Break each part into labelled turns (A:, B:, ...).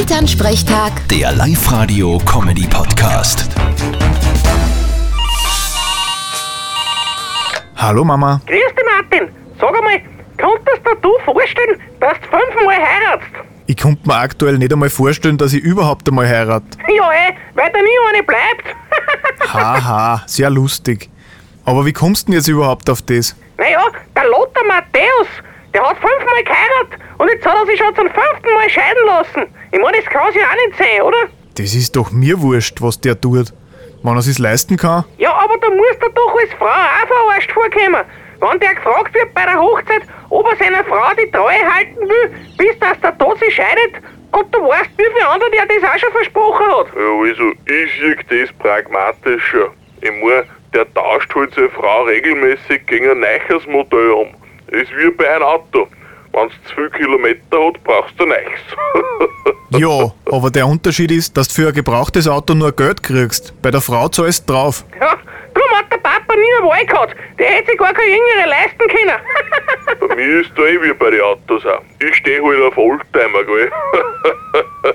A: Elternsprechtag,
B: Der Live-Radio-Comedy-Podcast.
C: Hallo Mama.
D: Grüß dich, Martin. Sag einmal, konntest dir du vorstellen, dass du fünfmal heiratst?
C: Ich konnte mir aktuell nicht einmal vorstellen, dass ich überhaupt einmal heirate.
D: Ja, ey, weil da nie eine bleibt.
C: Haha, sehr lustig. Aber wie kommst denn jetzt überhaupt auf das?
D: naja, der Lothar Matthäus, der hat fünfmal geheiratet und jetzt hat er sich schon zum fünften Mal scheiden lassen. Ich meine, das kann sich auch nicht sehen, oder?
C: Das ist doch mir wurscht, was der tut. Wenn er es leisten kann,
D: Ja, aber da musst du doch als Frau auch verarscht vorkommen. Wenn der gefragt wird bei der Hochzeit, ob er seiner Frau die Treue halten will, bis dass der Tod sie scheidet, und du weißt, wie viele andere der das auch schon versprochen hat.
E: Ja, also ich sehe das pragmatischer. Ich meine, der tauscht halt seine Frau regelmäßig gegen ein neues Modell um. Ist wie bei einem Auto. Wenn es zu viel Kilometer hat, brauchst du nichts.
C: ja, aber der Unterschied ist, dass du für ein gebrauchtes Auto nur Geld kriegst. Bei der Frau zahlst du drauf.
D: Ja, darum hat der Papa nie eine Wahl gehabt. Der hätte sich gar keine jüngere leisten können.
E: bei mir ist da eh wie bei den Autos auch. Ich stehe halt auf Oldtimer, gell?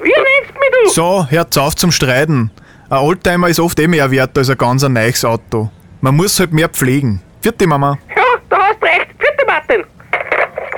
D: Wie nennst mich du?
C: So, hört's auf zum Streiten. Ein Oldtimer ist oft eh mehr wert als ein ganz ein neues Auto. Man muss halt mehr pflegen. Vierte Mama.
D: Ja, da hast recht. Vierte Martin.